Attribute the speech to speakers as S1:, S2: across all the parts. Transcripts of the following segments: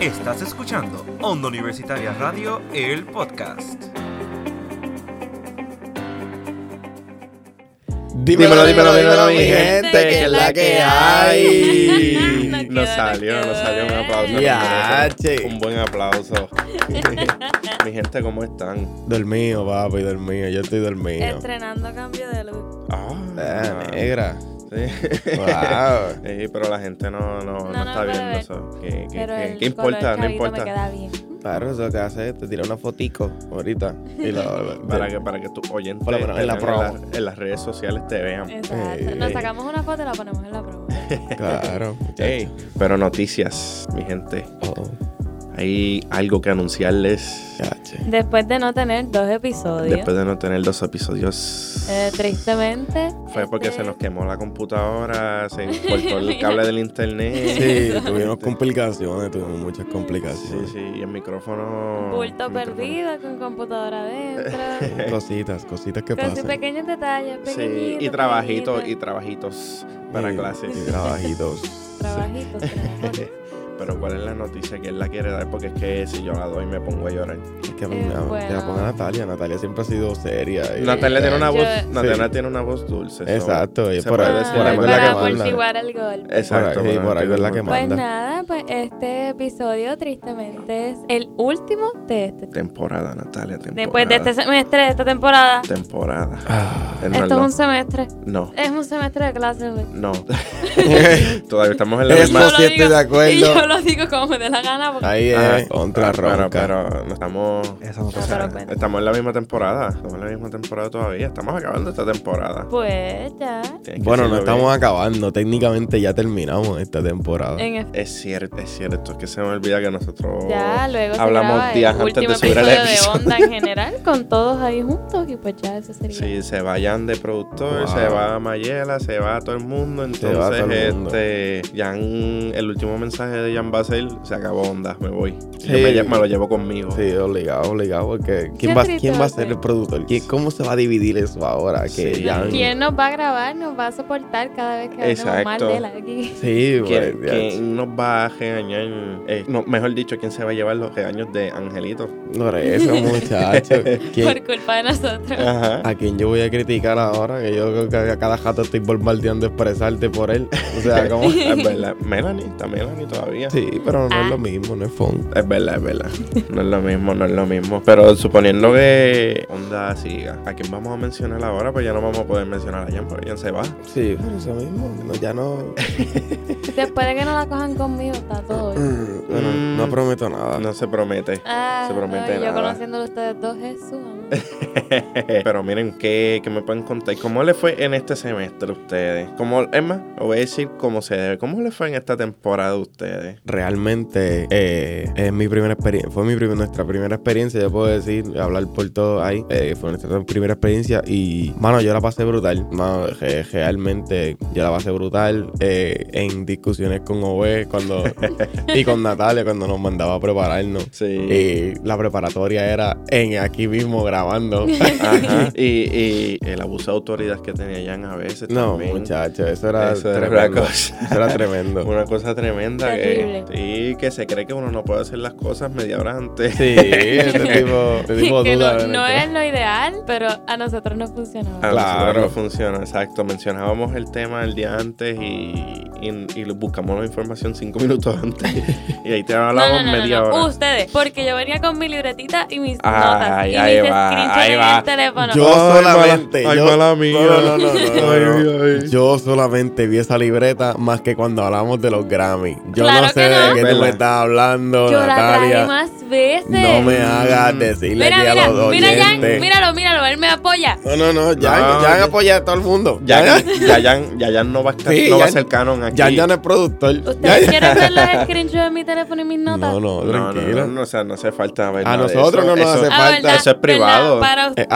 S1: Estás escuchando Onda Universitaria Radio, el podcast.
S2: Dímelo, dímelo, dímelo, mi
S3: gente,
S2: gente, que es la que hay.
S3: No
S2: Nos
S3: quedó,
S2: salió,
S3: no
S2: nos salió un
S3: quedó.
S2: aplauso.
S4: Ya, che.
S2: Un buen aplauso. Mi gente, ¿cómo están?
S4: Dormido, papi, dormido. Yo estoy dormido.
S3: Estrenando cambio de look.
S4: Ah,
S2: Ah,
S4: negra.
S2: sí.
S4: Wow.
S2: Sí, pero la gente no, no, no
S3: no
S2: está
S3: puede
S2: viendo
S3: ver.
S2: eso. ¿Qué, qué-
S3: Pero
S2: qué-
S3: el
S2: qué importa?
S3: color
S2: No
S3: cabello me
S2: importa.
S3: queda bien.
S4: Claro, eso que hace te tira una fotico ahorita. Y lo, lo-
S2: Para que, para que tus oyentes
S4: Por lo menos en la
S2: te
S4: promo.
S2: vean en la- en las redes sociales te vean.
S3: Exacto.
S4: Ey.
S3: Nos sacamos una foto y la ponemos en la promo.
S4: Claro, muchacho.
S2: Ey, pero noticias, mi gente.
S4: Oh,
S2: Hay algo que anunciarles
S4: ya, che.
S3: Después de no tener dos episodios,
S2: después de no tener dos episodios.
S3: eh, tristemente.
S2: Fue porque
S3: este,
S2: se nos quemó la computadora, se cortó el cable del internet.
S4: Sí, tuvimos complicaciones, tuvimos muchas complicaciones.
S2: Sí, sí, y el micrófono.
S3: Bulto
S2: el micrófono.
S3: perdido con computadora adentro.
S4: Cositas, cositas que
S3: con sus
S4: pasan.
S3: pequeños detalles.
S2: Sí,
S3: pequeñitos,
S2: y trabajitos, y
S3: pequeñitos.
S2: trabajitos para
S4: Y-
S2: clases.
S4: Y trabajitos. Sí.
S3: Trabajitos. trabajitos.
S2: Pero ¿cuál es la noticia que él la quiere dar? Porque es que si yo la doy me pongo a llorar.
S4: Es que me,
S3: Eh,
S4: me-
S3: bueno.
S4: que la ponga Natalia. Natalia siempre ha sido seria. y-
S2: Natalia tiene una
S3: Yo-
S2: voz, Natalia
S4: Sí.
S2: tiene una voz dulce. so-
S4: Exacto, y es
S2: Se
S4: por,
S2: puede
S4: ahí-
S2: decir,
S4: por ahí
S3: Ah,
S2: algo
S4: es la
S3: para
S4: que manda.
S3: cultivar el golpe.
S2: Exacto.
S4: Por ahí- sí, por ahí es la que
S3: Pues
S4: manda.
S3: nada, pues este episodio tristemente es el último de este
S2: Temporada, Natalia, temporada.
S3: Después de este semestre, de esta temporada.
S2: Temporada.
S4: Ah.
S2: Eh, no,
S3: Esto es un semestre.
S2: no,
S3: Es un semestre de clases. güey.
S2: no. Todavía estamos en la
S4: Eso
S2: misma...
S4: sí estoy de acuerdo.
S3: Y yo lo digo como me dé la gana. Porque
S4: Ahí
S2: Ah,
S4: es, contra
S2: pero,
S4: ronca.
S2: pero no estamos...
S3: no, pero bueno.
S2: Estamos en la misma temporada. Estamos en la misma temporada todavía. Estamos acabando esta temporada.
S3: Pues ya.
S2: Tienes que
S4: Bueno, no
S2: decirlo
S4: estamos
S2: bien.
S4: acabando. Técnicamente ya terminamos esta temporada.
S3: En efe-
S2: Es cierto, es cierto. Es que se me olvida que nosotros
S3: ya, luego se graba
S2: hablamos días
S3: el
S2: antes
S3: último
S2: de subir el
S3: episodio
S2: episodio.
S3: de Onda en general con todos ahí juntos y pues ya eso sería.
S2: Sí, se va Jan de productor,
S4: Wow.
S2: se va Mayela, se va todo el mundo. Entonces,
S4: Se va todo el mundo.
S2: este, Jan, el último mensaje de Jan va a ser: se acabó onda, me voy.
S4: Sí.
S2: Yo me, lle- me lo llevo conmigo.
S4: Sí, obligado, obligado, porque
S3: Qué
S4: ¿quién va,
S3: triste
S4: ¿quién
S3: va
S4: va
S3: a
S4: a ser
S3: ser.
S4: el productor? ¿Quién- ¿Cómo se va a dividir eso ahora? Que
S2: Sí.
S4: ya...
S3: ¿Quién nos va a grabar? Nos va a soportar cada vez que hablemos mal
S2: Exacto.
S3: de la aquí.
S4: Sí,
S2: ¿Quién,
S4: pues, ya.
S2: quién nos va a regañar? Eh, no, mejor dicho, ¿quién se va a llevar los regaños de Angelito?
S4: Por eso, muchacho. ¿Quién-
S3: Por culpa de nosotros.
S2: Ajá.
S4: ¿A quién yo voy a criticar ahora? Que yo creo que a cada jato estoy bombardeando expresarte por él. O sea, como...
S2: Es verdad. Melanie, está Melanie todavía.
S4: Sí, pero no
S3: Ah.
S4: es lo mismo, no es fun.
S2: Es verdad, es verdad. No es lo mismo, no es lo mismo. Pero suponiendo que Onda siga, ¿a quién vamos a mencionar ahora? Pues ya no vamos a poder mencionar a Jan, porque Jan se va.
S4: Sí, pero eso mismo, no, ya no...
S3: Después de que no la cojan conmigo, está todo bien.
S4: Mm, Bueno, no prometo nada.
S2: Mm. No se promete.
S3: Ah,
S2: Se promete
S3: ay, yo
S2: nada.
S3: conociéndolo a ustedes dos, Jesús. amor.
S2: Pero miren, ¿qué, qué me pueden contar? ¿Cómo le fue en este semestre a ustedes? ¿Cómo, es más, os voy a decir cómo se debe. ¿Cómo le fue en esta temporada a ustedes?
S4: realmente eh, es mi primera experiencia, fue mi prim- nuestra primera experiencia, yo puedo decir, hablar por todo ahí, eh, fue nuestra primera experiencia y, mano, yo la pasé brutal, mano, re- realmente yo la pasé brutal eh, en discusiones con OB cuando, y con Natalia cuando nos mandaba a prepararnos.
S2: Sí.
S4: Y la preparatoria era en aquí mismo grabando.
S2: Ajá. Y, y el abuso de autoridad que tenía Jan a veces.
S4: No,
S2: también.
S4: muchachos, eso era
S2: Eso era una
S4: tremendo.
S2: cosa.
S4: Eso era tremendo.
S2: Una cosa tremenda que,
S3: Terrible.
S2: sí, que se cree que uno no puede hacer las cosas media hora antes.
S4: Sí, este tipo, este tipo
S3: que
S4: duda,
S3: lo- no
S4: obviamente.
S3: es lo ideal, pero a nosotros no funcionó.
S2: A
S4: Claro.
S2: nosotros no funciona, exacto. Mencionábamos el tema el día antes y, y, y buscamos la información cinco minutos antes. y ahí te hablamos media hora.
S3: Ustedes, porque yo venía con mi libretita y mis notas
S2: Ay,
S3: y
S2: ahí
S3: mis
S2: va,
S3: screenshots
S2: ahí
S3: en
S2: va.
S3: el teléfono.
S4: Yo
S2: Ay,
S4: solamente.
S2: mala- ay,
S4: yo-
S2: mala mía.
S4: No, no, no, no, no,
S2: Ay,
S4: no.
S2: ay.
S4: Yo solamente vi esa libreta más que cuando hablamos de los Grammy. Yo
S3: Claro
S4: no
S3: que
S4: sé de
S3: no.
S4: qué tú
S2: ¿Verdad?
S4: me estás hablando,
S3: Yo la traje
S4: Natalia.
S3: más veces.
S4: No me hagas decirle
S3: mira,
S4: aquí
S3: mira,
S4: a los
S3: mira, Jan,
S4: oyentes.
S3: míralo, míralo, él me apoya.
S4: No, no, no. Ya,
S2: No,
S4: ya han
S2: ya-
S4: apoyado a todo el mundo.
S2: Ya, ya, ya, ya, ya no va a, estar-
S4: ¿Eh? Sí,
S2: no va a
S4: ya-
S2: ser canon aquí.
S4: Ya, ya no es productor.
S3: ¿Ustedes quieren ver los screenshots de mi teléfono y mis
S4: no,
S3: notas?
S4: no, no,
S2: no, no,
S4: tranquila.
S2: no, no, o sea, no hace falta ver
S4: A
S2: nada de
S4: nosotros no
S2: eso.
S4: nos
S2: Eso-
S4: hace
S3: Ah,
S4: falta.
S3: ¿verdad?
S2: Eso es privado.
S3: ¿verdad?
S4: Eh,
S3: Para
S4: a los
S3: ustedes,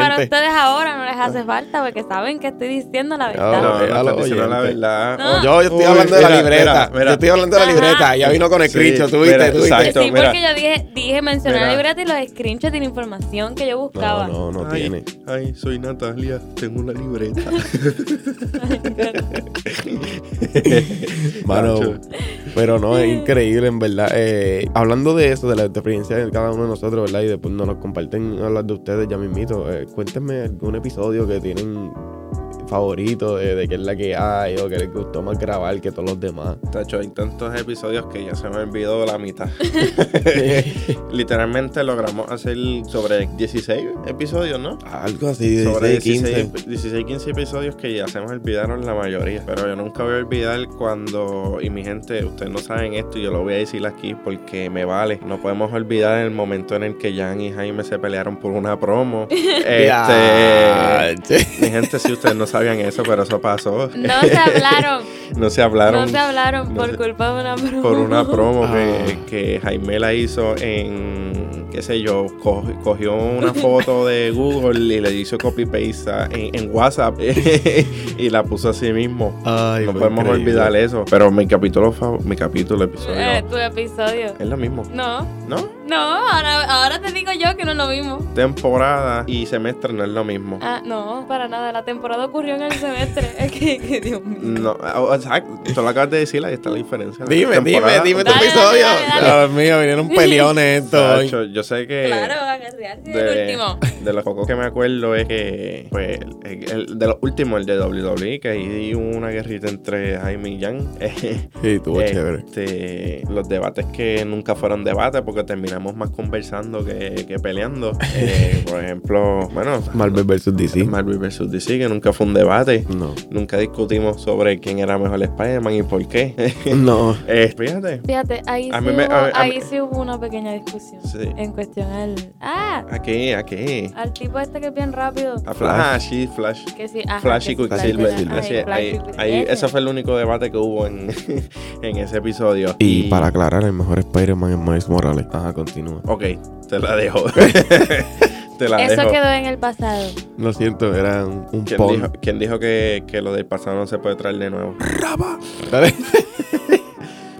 S3: para
S4: oyentes.
S3: ustedes ahora no les hace falta porque saben que estoy diciendo
S2: No,
S3: la verdad.
S2: no,
S4: A los
S2: estás diciendo la
S4: oyentes.
S2: verdad.
S3: No.
S4: Yo estoy
S2: Uy,
S4: hablando de la
S2: mira,
S4: libreta.
S2: mira, mira.
S4: Yo estoy hablando de la
S3: Ajá.
S4: libreta. Ya vino con el
S2: Sí,
S4: screenshot. Tú viste,
S2: mira,
S4: tú viste.
S2: exacto.
S3: sí,
S2: mira.
S3: porque yo dije, dije mencionar
S2: Mira.
S3: la libreta y los screenshots de la información que yo buscaba.
S4: No, no, no
S2: ay,
S4: tiene.
S2: ay, soy Natalia, tengo una libreta.
S4: Mano,
S2: Nacho.
S4: Pero no, es increíble, en verdad. Eh, hablando de eso, de la experiencia de cada uno de nosotros, ¿verdad? Y después nos lo comparten a las de ustedes ya mismito. Eh, cuéntenme algún episodio que tienen favorito eh, de, de qué es la que hay o que les gustó más grabar que todos los demás.
S2: Tacho, hay tantos episodios que ya se me olvidó la mitad. Literalmente logramos hacer sobre 16 episodios, ¿no?
S4: Algo así, de
S2: sobre
S4: 16,
S2: 16,
S4: 15.
S2: 16, 15 episodios que ya se me olvidaron la mayoría. Pero yo nunca voy a olvidar cuando, y mi gente, ustedes no saben esto, y yo lo voy a decir aquí porque me vale. No podemos olvidar el momento en el que Jan y Jaime se pelearon por una promo. este,
S4: Diache.
S2: mi gente, si ustedes no sabían eso, pero eso pasó.
S3: No se hablaron.
S2: No se hablaron.
S3: No se hablaron
S2: no
S3: por
S2: se-
S3: culpa de una promo.
S2: por una promo
S4: Ah.
S2: que, que Jaime la hizo en, qué sé yo, co- cogió una foto de Google y le hizo copy-paste a- en, en WhatsApp y la puso a sí mismo.
S4: Ay,
S2: no
S4: fue
S2: podemos
S4: increíble.
S2: olvidar eso. Pero mi capítulo, fav- mi capítulo, episodio,
S3: Eh, tu episodio.
S2: es lo mismo,
S3: No,
S2: ¿no?
S3: no, ahora, ahora te digo yo que no es lo mismo.
S2: Temporada y semestre no es lo mismo.
S3: Ah, no, para nada. La temporada ocurrió en el semestre. Es que, que Dios mío.
S2: No, o- exacto, tú lo acabas de decir, ahí está la diferencia.
S4: Dime, dime,
S2: Temporada-
S4: dime tu
S3: Dale, dale,
S4: episodio.
S3: dale,
S4: Dios mío, vinieron peleones esto. hoy.
S2: Tacho, yo sé que...
S3: Claro, agarrarse el último.
S2: eh, de los pocos que me acuerdo es que, pues, el, el- de los últimos, el de WWE, que
S3: Ah.
S2: ahí hubo una guerrita entre Jaime y Jan. Eh,
S4: Sí, estuvo chévere.
S2: este, los debates que nunca fueron debates porque terminamos más conversando que, que peleando. Eh, por ejemplo, bueno,
S4: Marvel vs. DC.
S2: Marvel vs. DC, que nunca fue un debate.
S4: No.
S2: Nunca discutimos sobre quién era mejor Spider-Man y por qué.
S4: No.
S2: Eh, fíjate,
S3: Fíjate, ahí,
S2: A
S3: sí,
S2: mí me-
S3: hubo,
S2: a- a
S3: ahí
S2: mí-
S3: sí hubo una pequeña discusión.
S2: Sí.
S3: En cuestión al. ¡Ah!
S2: aquí, aquí.
S3: Al tipo este que es bien rápido.
S2: A Flash, sí, Flash.
S3: Que sí, ajá,
S2: Ah, Flash y
S3: que sí,
S2: Quicksilver.
S3: Flash era-
S2: Así
S3: ay,
S2: es,
S3: Flash y
S2: ahí-
S3: Quicksilver.
S2: ahí- ese fue el único debate que hubo en, en ese episodio.
S4: Y, para aclarar, el mejor Spider-Man es Miles Morales. Ajá, continúa.
S2: Ok, te la dejo. te la
S3: Eso
S2: dejo.
S3: quedó en el pasado.
S4: Lo siento, era un, un
S2: ¿Quién
S4: pon.
S2: dijo, quién dijo que, que lo del pasado no se puede traer de nuevo?
S4: Dale.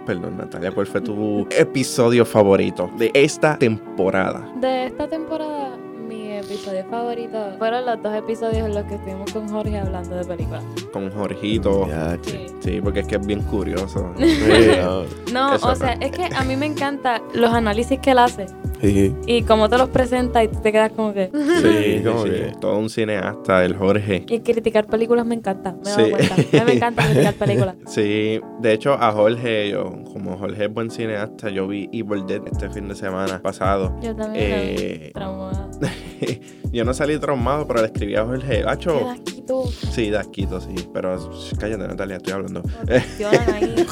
S2: Perdón, Natalia, ¿cuál fue tu episodio favorito de esta temporada?
S3: De esta temporada, mi episodio favorito fueron los dos episodios en los que estuvimos con Jorge hablando de películas.
S2: Con Jorgito.
S4: Ya, che.
S3: Sí.
S2: Sí, porque es que es bien curioso.
S4: Sí,
S3: No,
S2: Eso
S3: o sea, es que a mí me encanta los análisis que él hace
S4: sí.
S3: y cómo te los presenta y tú te quedas como que...
S2: Sí,
S4: como
S2: sí,
S4: que-
S2: Todo un cineasta, el Jorge.
S3: Y criticar películas me encanta, me he dado
S2: Sí.
S3: cuenta. A mí me encanta criticar películas.
S2: Sí, de hecho a Jorge, yo, como Jorge es buen cineasta, yo vi Evil Dead este fin de semana pasado.
S3: Yo también me
S2: Eh,
S3: traumada.
S2: yo no salí traumado, pero le escribí a Jorge,
S3: Te
S2: Hacho,
S3: las quito,
S2: sí, dasquito, sí, pero sh, cállate Natalia, estoy hablando.
S3: me funcionan ahí.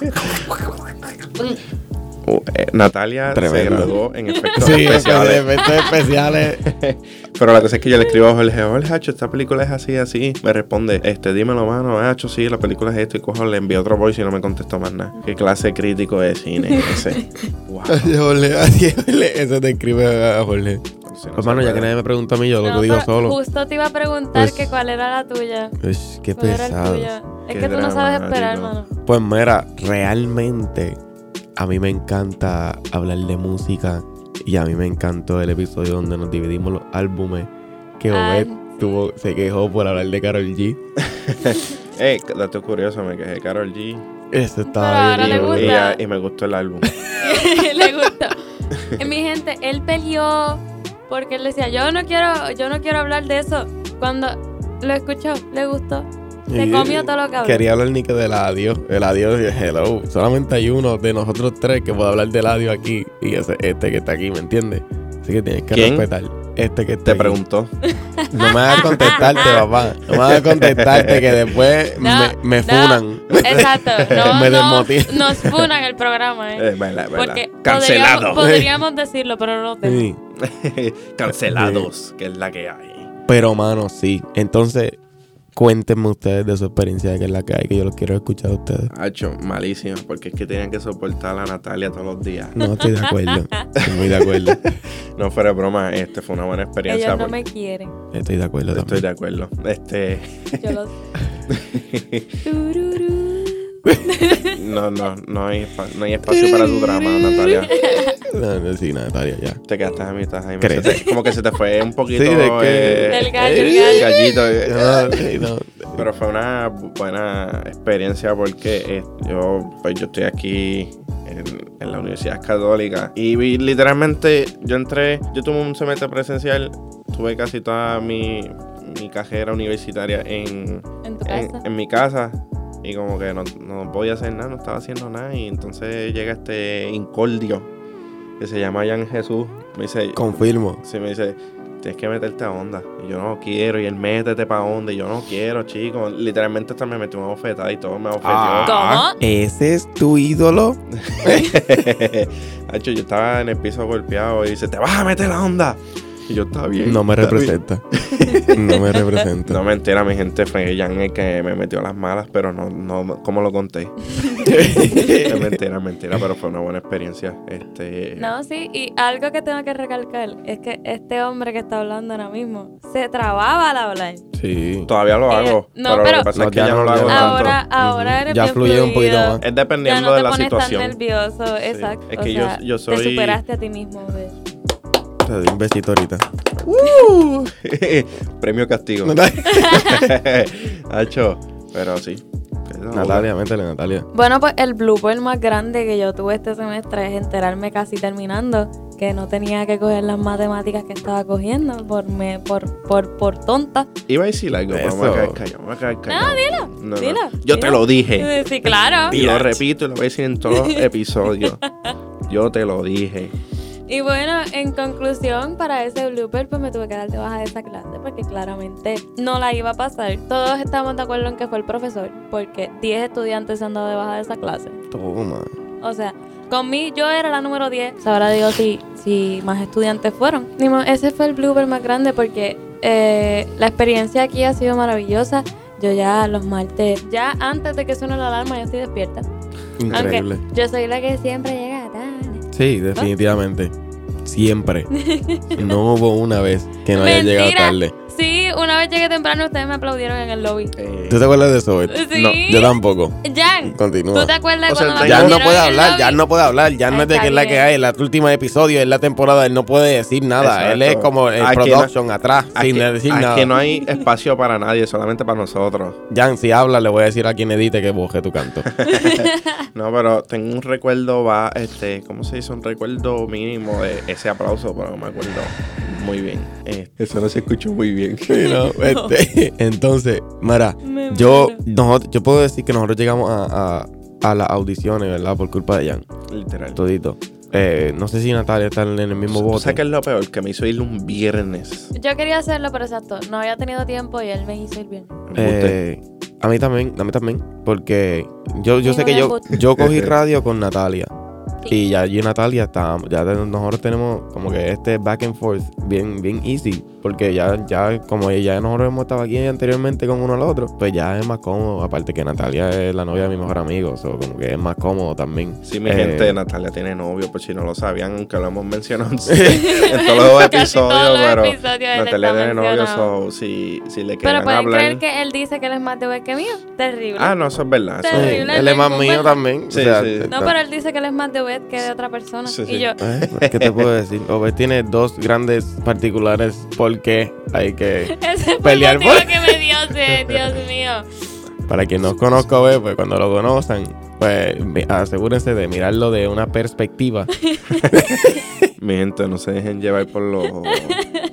S2: Uh, eh, Natalia se
S4: Tremendo.
S2: graduó en efectos
S4: Sí,
S2: especiales.
S4: efectos especiales.
S2: Pero la cosa es que yo le escribo a Jorge, Jorge, Hacho, esta película es así, así. Me responde, este, dímelo, mano, Hacho, sí, la película es esto. Y cojo, le envío otro voice y no me contestó más nada. ¿Qué clase de crítico de cine es ese? wow.
S4: Jorge, así, Jorge, eso te escribe a Jorge.
S2: Entonces, no se
S4: Hermano, Pues, ya que
S2: puede.
S4: nadie me pregunta a mí, yo lo
S3: No,
S4: digo
S3: pero
S4: solo.
S3: Justo te iba a preguntar
S4: Pues-
S3: que cuál era la tuya.
S4: Ush, qué
S3: ¿Cuál era el
S4: pesado.
S3: tuyo? Es
S2: Qué
S3: que tú no sabes esperar,
S2: dramático.
S3: hermano.
S4: Pues mira, realmente a mí me encanta hablar de música y a mí me encantó el episodio donde nos dividimos los álbumes que
S3: Ay,
S4: Obed tuvo, se quejó por hablar de Carol G.
S2: Eh, dato curioso, me quejé Carol G.
S4: Eso
S3: Pero
S4: estaba
S3: ahora
S2: y,
S3: le
S4: bien.
S3: gusta.
S2: y ya- y me gustó el álbum.
S3: le gustó. Eh, Mi gente, él peleó porque él decía, yo no quiero, yo no quiero hablar de eso. Cuando lo escuchó, le gustó. Se
S4: Y-
S3: comió todo lo que habló.
S4: Quería hablar ni que del adiós. El adiós y el hello. Solamente hay uno de nosotros tres que puede hablar del adiós aquí. Y ese es este que está aquí, ¿me entiendes? Así que tienes que
S2: ¿Quién?
S4: respetar. Este que está
S2: Te
S4: aquí.
S2: preguntó.
S4: No me vas a contestarte, papá. No me vas a contestarte que después
S3: No,
S4: me, me
S3: no.
S4: funan.
S3: Exacto. No,
S4: Me
S3: no,
S4: desmotiva.
S3: nos funan el programa, ¿eh?
S2: Eh, verdad, verdad.
S3: Porque podríamos,
S2: Cancelado.
S3: podríamos decirlo, pero no te.
S4: Sí.
S2: Cancelados, que es la que hay.
S4: Pero, mano, sí. Entonces, cuéntenme ustedes de su experiencia, que es la que hay, que yo los quiero escuchar a ustedes.
S2: Hacho, malísimo, porque es que tenían que soportar a Natalia todos los días.
S4: No estoy de acuerdo. Estoy muy de acuerdo.
S2: No fuera broma, este fue una buena experiencia.
S3: Ellos no
S2: porque-
S3: me quieren.
S4: Estoy de acuerdo
S2: Estoy
S4: también.
S2: de acuerdo. Este,
S3: Yo los. Tururú.
S2: no, no, no hay, espa- no hay espacio para tu drama, Natalia.
S4: No, no, sí, nada, Talia, ya.
S2: Te quedaste a mitad, Jaime.
S4: ¿Crees?
S2: Se te- como que se te fue un poquito
S4: Sí, de que-
S2: eh,
S3: Del gallo, el
S2: el
S3: gallo.
S2: gallito. eh.
S4: No, sí, no.
S2: Pero fue una bu- buena experiencia porque eh, yo, pues yo estoy aquí en, en la Universidad Católica. Y vi- literalmente yo entré, yo tuve un semestre presencial, tuve casi toda mi, mi cajera universitaria en,
S3: en tu
S4: Eh,
S2: en,
S3: casa.
S2: en mi casa y como que no, no voy a hacer nada, no estaba haciendo nada y entonces llega este incordio que se llama Jan Jesús, me dice,
S4: Confirmo.
S2: sí, me dice, tienes que meterte a onda y yo no quiero y él métete para onda y yo no quiero, chico, literalmente hasta me metió una bofetada y todo me ofendió.
S4: Ah.
S3: ¿Cómo?
S4: ¿Ese es tu ídolo?
S2: Hacho, yo estaba en el piso golpeado y dice, te vas a meter a onda. Y yo está bien.
S4: No me
S2: está bien".
S4: representa. No me representa.
S2: No me entera, mi gente, fue Jan el que me metió las malas, pero no, no, ¿cómo lo conté? es mentira, es mentira, pero fue una buena experiencia. Este,
S3: No, sí, y algo que tengo que recalcar es que este hombre que está hablando ahora mismo se trababa al hablar.
S4: Sí.
S2: Todavía lo
S3: Eh,
S2: hago,
S3: no,
S2: pero, lo
S3: pero-
S2: que pasa
S4: No,
S2: es que
S4: ya
S2: ya no
S4: no,
S2: lo
S4: ya
S2: hago
S4: no.
S2: tanto.
S3: Ahora, ahora eres
S4: Ya
S3: bien
S4: fluye un poquito
S3: fluido.
S4: más.
S2: Es
S3: Ya
S2: dependiendo
S3: no te
S2: de la
S3: pones tan
S2: situación.
S3: nervioso,
S2: Sí.
S3: exacto.
S2: Es
S3: o
S2: que yo-
S3: sea,
S2: yo soy-
S3: Te superaste a ti mismo, ¿ves?
S4: Te doy un besito ahorita.
S2: Premio castigo. Hacho, pero sí.
S4: Natalia, métele, Natalia.
S3: Bueno, pues el blooper más grande que yo tuve este semestre es enterarme casi terminando que no tenía que coger las matemáticas que estaba cogiendo por me, por, por, por tonta.
S2: Iba a decir algo, pero
S4: Eso.
S2: vamos a caer callado, vamos a caer callado.
S3: dilo,
S2: No, no.
S3: dilo,
S2: Yo te
S3: dilo.
S2: lo dije.
S3: Sí, claro.
S2: Y lo repito y lo voy a decir en todos los episodios. Yo te lo dije.
S3: Y bueno, en conclusión, para ese blooper, pues me tuve que dar de baja de esa clase porque claramente no la iba a pasar. Todos estamos de acuerdo en que fue el profesor, porque 10 estudiantes se han dado de baja de esa clase.
S4: Toma.
S3: O sea, con mí yo era la número 10. Ahora digo si, si más estudiantes fueron. Ni mo- Ese fue el blooper más grande porque eh, la experiencia aquí ha sido maravillosa. Yo ya los martes, ya antes de que suene la alarma, yo estoy despierta.
S4: Increíble.
S3: Yo soy la que siempre llega tarde.
S4: Sí, definitivamente. Siempre. No hubo una vez que no haya
S3: Mentira.
S4: llegado tarde.
S3: Sí, una vez llegué temprano, ustedes me aplaudieron en el lobby.
S2: Eh,
S4: ¿Tú te acuerdas de eso? Beth?
S3: Sí.
S4: No, yo tampoco.
S3: Jan,
S4: Continúa.
S3: ¿tú te acuerdas
S2: O sea,
S3: cuando me
S4: Ya no
S3: aplaudieron
S4: puede
S3: en el
S4: hablar, ya
S3: lobby?
S4: no puede hablar, ya no es de
S3: Está
S4: que es la que
S3: bien.
S4: hay, el último episodio, es la temporada, él no puede decir nada,
S2: Exacto.
S4: él es como el
S2: Aquí no-
S4: production atrás,
S2: aquí,
S4: sin decir
S2: aquí
S4: nada.
S2: no hay espacio para nadie, solamente para nosotros.
S4: Jan, si habla, le voy a decir a quien edite que busque tu canto.
S2: No, pero tengo un recuerdo, va, este, ¿cómo se dice? Un recuerdo mínimo de ese aplauso, pero no me acuerdo muy bien. Eh, eso no se escuchó muy bien.
S4: Sí, ¿no? Este, entonces, Mara,
S3: Me
S4: yo,
S3: muero.
S4: nosotros- yo puedo decir que nosotros llegamos a, a- a las audiciones, ¿verdad? Por culpa de Jan,
S2: Literal.
S4: todito. Eh, no sé si Natalia está en el mismo
S2: ¿Tú
S4: bote.
S2: ¿Sabes qué es Pues, lo peor? Que me hizo ir un viernes.
S3: Yo quería hacerlo, pero exacto, no había tenido tiempo y él me hizo el bien.
S4: Eh, a mí también, a mí también, porque yo, yo
S3: Sí,
S4: sé que
S3: no
S4: yo,
S3: embuste.
S4: yo cogí radio con Natalia.
S3: Sí.
S4: Y ya allí Natalia está, ya te- nosotros tenemos como que este back and forth bien, bien easy, porque ya, ya como ya nosotros hemos estado aquí anteriormente con uno al otro, pues ya es más cómodo, aparte que Natalia es la novia de mi mejor amigo, o como que es más cómodo también.
S2: Sí, mi
S4: Eh,
S2: gente, Natalia tiene novio, por si no lo sabían, aunque lo hemos mencionado en en todos los
S3: Casi todos
S2: episodios,
S3: los
S2: pero
S3: episodios él
S2: Natalia
S3: está
S2: tiene novio, so,
S3: mencionado.
S2: si, si le
S3: Pero
S2: quieren
S3: pueden creer
S2: hablar...
S3: que él dice que él es más de que mío. Terrible.
S2: Ah, no, eso es verdad. eso-
S3: Terrible.
S4: Sí, él es más
S3: tengo
S4: mío
S3: cuenta.
S4: también. o
S2: Sí,
S4: sea,
S2: sí.
S4: te-
S3: No, pero él dice que él es más de Obed que de otra persona.
S2: Sí, sí.
S3: Y yo,
S4: Eh, ¿Qué te puedo decir? Obed tiene dos grandes particulares porque hay que
S3: ese fue el
S4: Pelear
S3: motivo
S4: por-
S3: que me dio, sí, Dios mío.
S4: Para quien no conozca a Obed, pues cuando lo conozcan, pues mi- asegúrense de mirarlo de una perspectiva.
S2: Mi gente, no se dejen llevar por los,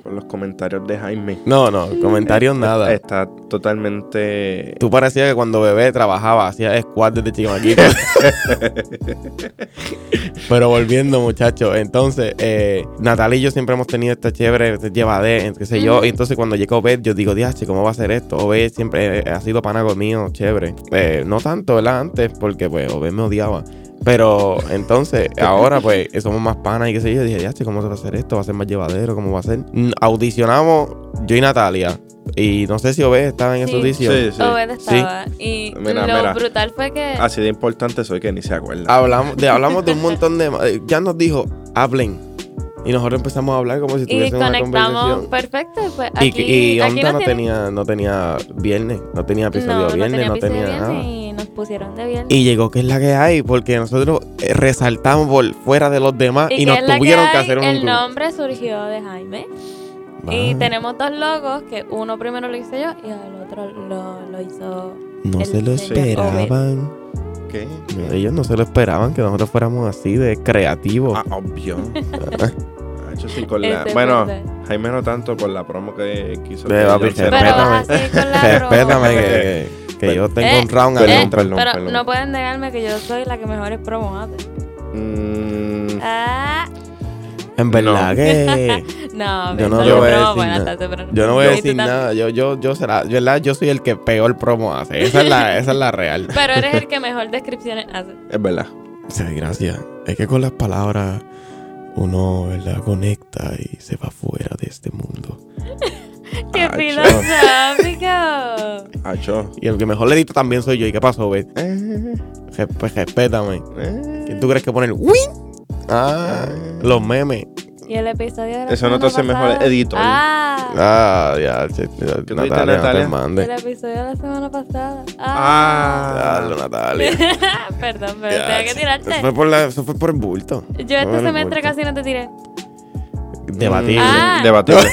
S2: por los comentarios de Jaime.
S4: No, no, comentarios nada.
S2: Está totalmente...
S4: Tú parecías que cuando bebé trabajaba, hacía squad desde chimaquito. Pero volviendo, muchachos, entonces, eh, Natalia y yo siempre hemos tenido esta chévere, este llevadé, qué sé yo.
S3: Ujú.
S4: Y entonces cuando llega Obed, yo digo, diache, ¿cómo va a ser esto? Obed siempre eh, ha sido panago mío, chévere. Eh, no tanto, ¿verdad? Antes, porque pues Obed me odiaba. Pero entonces, ahora pues somos más panas y qué sé yo. Dije, diache, ¿cómo se va a hacer esto? ¿Va a ser más llevadero? ¿Cómo va a ser? Mm, Audicionamos yo y Natalia. Y no sé si Obed estaba en esa
S3: Sí.
S4: audición.
S2: Sí, sí.
S3: Obed estaba. Y
S2: Mira,
S3: lo
S2: mira.
S3: brutal fue que.
S2: Así de importante soy que ni se acuerda.
S4: Hablamos de, hablamos de un montón de... eh, Ya nos dijo, hablen. Y nosotros empezamos a hablar como si
S3: Y
S4: tuviésemos una
S3: conectamos
S4: conversación.
S3: perfecto. Pues
S4: Y-
S3: aquí,
S4: y
S3: aquí
S4: Onda
S3: nos
S4: no
S3: tienen-
S4: tenía, no tenía viernes, no tenía episodio
S3: no,
S4: viernes, no tenía,
S3: no tenía episodio
S4: nada.
S3: viernes y nos pusieron de viernes.
S4: Y llegó que es la que hay, porque nosotros eh, resaltamos por fuera de los demás Ah, y,
S3: que
S4: nos
S3: es la
S4: tuvieron que,
S3: hay,
S4: hacer un
S3: El
S4: grupo.
S3: nombre surgió de Jaime. Y
S4: Ah,
S3: tenemos dos logos, que uno primero lo hice yo y el otro lo, lo hizo...
S4: no
S3: el
S4: se lo
S3: señor Obed.
S4: esperaban.
S2: qué?
S4: Ellos no se lo esperaban que nosotros fuéramos así de creativos.
S2: Ah, obvio. Ah, yo sí, con la-
S3: Este es
S2: Bueno,
S3: verdad.
S2: Jaime no tanto por la promo que quiso.
S4: Ve,
S2: que
S4: papi,
S2: John se-
S3: Pero
S4: Respétame.
S3: así con la broma.
S4: Respétame que, que- que yo tengo un round
S2: Perdón,
S4: adentro.
S2: perdón,
S3: Eh, Pero
S2: perdón.
S3: no pueden negarme que yo soy la que mejores promos hace.
S2: Mm,
S3: Ah,
S4: En verdad
S2: No.
S4: que
S3: no,
S4: Yo no
S3: pero
S4: te voy a
S3: broma,
S4: decir
S3: buenas
S4: nada.
S3: tardes, pero-
S4: yo no voy a
S3: Y tú
S4: decir
S3: también.
S4: nada. Yo, yo, yo será, ¿verdad? Yo soy el que peor promo hace. Esa es la, esa es la real.
S3: Pero eres el que mejor descripciones hace.
S2: es verdad.
S4: Sí, gracias. Es que con las palabras uno, ¿verdad? Conecta y se va fuera de este mundo.
S3: ¡Qué
S2: Acho.
S3: filosófico!
S2: Ah, yo.
S4: Y el que mejor le edita también soy yo. ¿Y qué pasó, Beth?
S2: Eh,
S4: Resp- respétame.
S2: eh.
S4: ¿Quién tú crees que pone el win? Ah, los memes.
S3: Y el episodio de la
S2: Eso no te
S3: semana
S2: hace mejor
S3: pasada-
S2: editor.
S3: Ah,
S4: Ah, ya, che,
S2: ¿Qué tuviste,
S4: Natalia, no
S2: Natalia?
S4: te mandes.
S3: el episodio de la semana pasada. Ah,
S4: Dale,
S2: Ah,
S4: Natalia.
S3: perdón, pero
S4: Ya,
S3: tenía que
S4: che. Eso fue
S3: tirarte.
S4: por, la- eso fue por el bulto.
S3: Yo
S4: Fue por
S3: este
S4: el
S3: semestre
S4: bulto.
S3: casi no te tiré.
S4: Debatible.
S3: Ah.
S2: Mm, Debatible.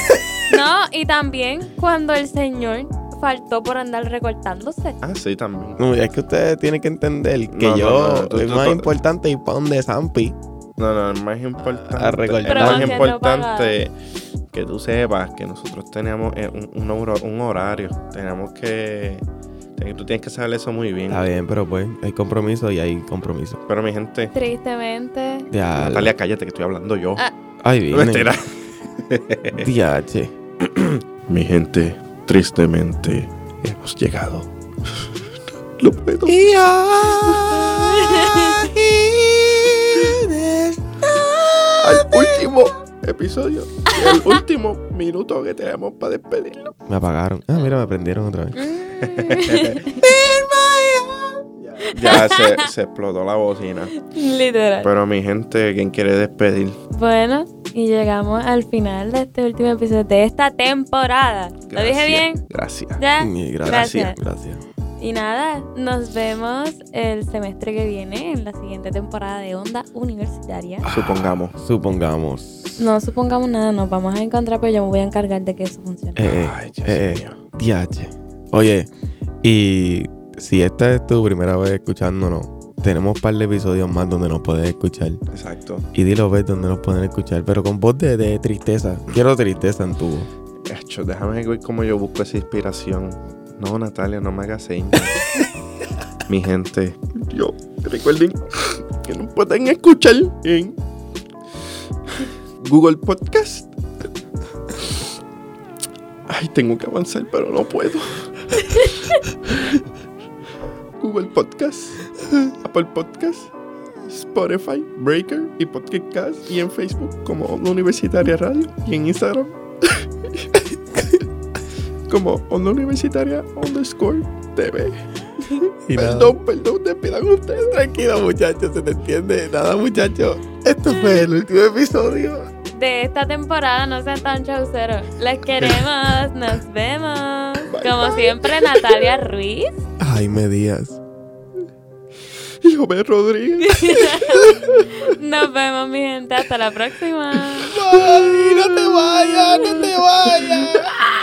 S3: No, y también cuando el señor faltó por andar recortándose.
S2: Ah, sí, también.
S4: No, es que ustedes tienen que entender que
S2: No, no,
S4: yo
S2: no, no, tú-
S4: es
S2: tú-
S4: más
S2: tú-
S4: importante ir para donde Zampi.
S2: No, no, es más importante.
S4: A recordar.
S2: Es más
S3: Promoción no
S2: importante que tú sepas que nosotros teníamos eh, un, un hor- un horario. Tenemos que. te- Tú tienes que saber eso muy bien.
S4: Está bien, pero pues hay compromiso y hay compromiso.
S2: Pero mi gente,
S3: Tristemente.
S4: Ya.
S2: Natalia, cállate que estoy hablando yo.
S3: Ah.
S4: Ay, viene.
S2: Mentira.
S4: Ya, che.
S2: Mi gente, tristemente, hemos llegado. Lo puedo. Al último episodio. El último minuto que tenemos para despedirlo.
S4: Me apagaron. Ah, mira, me prendieron otra vez.
S3: Mm.
S2: Ya se, se explotó la bocina.
S3: Literal.
S2: Pero mi gente, ¿quién quiere despedir?
S3: Bueno, y llegamos al final de este último episodio de esta temporada. ¿Lo dije
S2: Gracias,
S3: bien?
S2: Gracias.
S3: ¿Ya?
S4: Y
S3: Gracias.
S4: Gracias.
S3: Y nada, nos vemos el semestre que viene en la siguiente temporada de Onda Universitaria.
S2: Supongamos.
S4: Supongamos.
S3: No supongamos nada, nos vamos a encontrar, pero yo me voy a encargar de que eso funcione.
S4: Eh,
S2: Ay,
S4: eh,
S2: Dios
S4: eh,
S2: mío.
S4: diache. Oye, y si esta es tu primera vez escuchándonos, tenemos un par de episodios más donde nos puedes escuchar.
S2: Exacto.
S4: Y dilo, ves donde nos pueden escuchar, pero con voz de, de tristeza. Quiero tristeza en tu voz.
S2: Cacho, déjame ver cómo yo busco esa inspiración. No, Natalia, no me hagas señas. Mi gente. Yo, recuerden que nos pueden escuchar en Google Podcast. Ay, tengo que avanzar, pero no puedo. Google Podcast, Apple Podcast, Spotify, Breaker y Podcast Cast, y en Facebook como Onda Universitaria Radio y en Instagram como Onda Universitaria underscore TV.
S4: Y nada.
S2: Perdón, perdón, despidan ustedes.
S4: Tranquilo, muchachos, se te entiende. Nada, muchachos. Esto fue el último episodio.
S3: De esta temporada, no sean tan chauceros. Les queremos, nos vemos.
S2: Bye,
S3: Como
S2: bye.
S3: siempre, Natalia Ruiz.
S4: Jaime Díaz.
S2: Y Joven Rodríguez.
S3: Nos vemos, mi gente. Hasta la próxima.
S4: ¡Ay, no te vayas, no te vayas!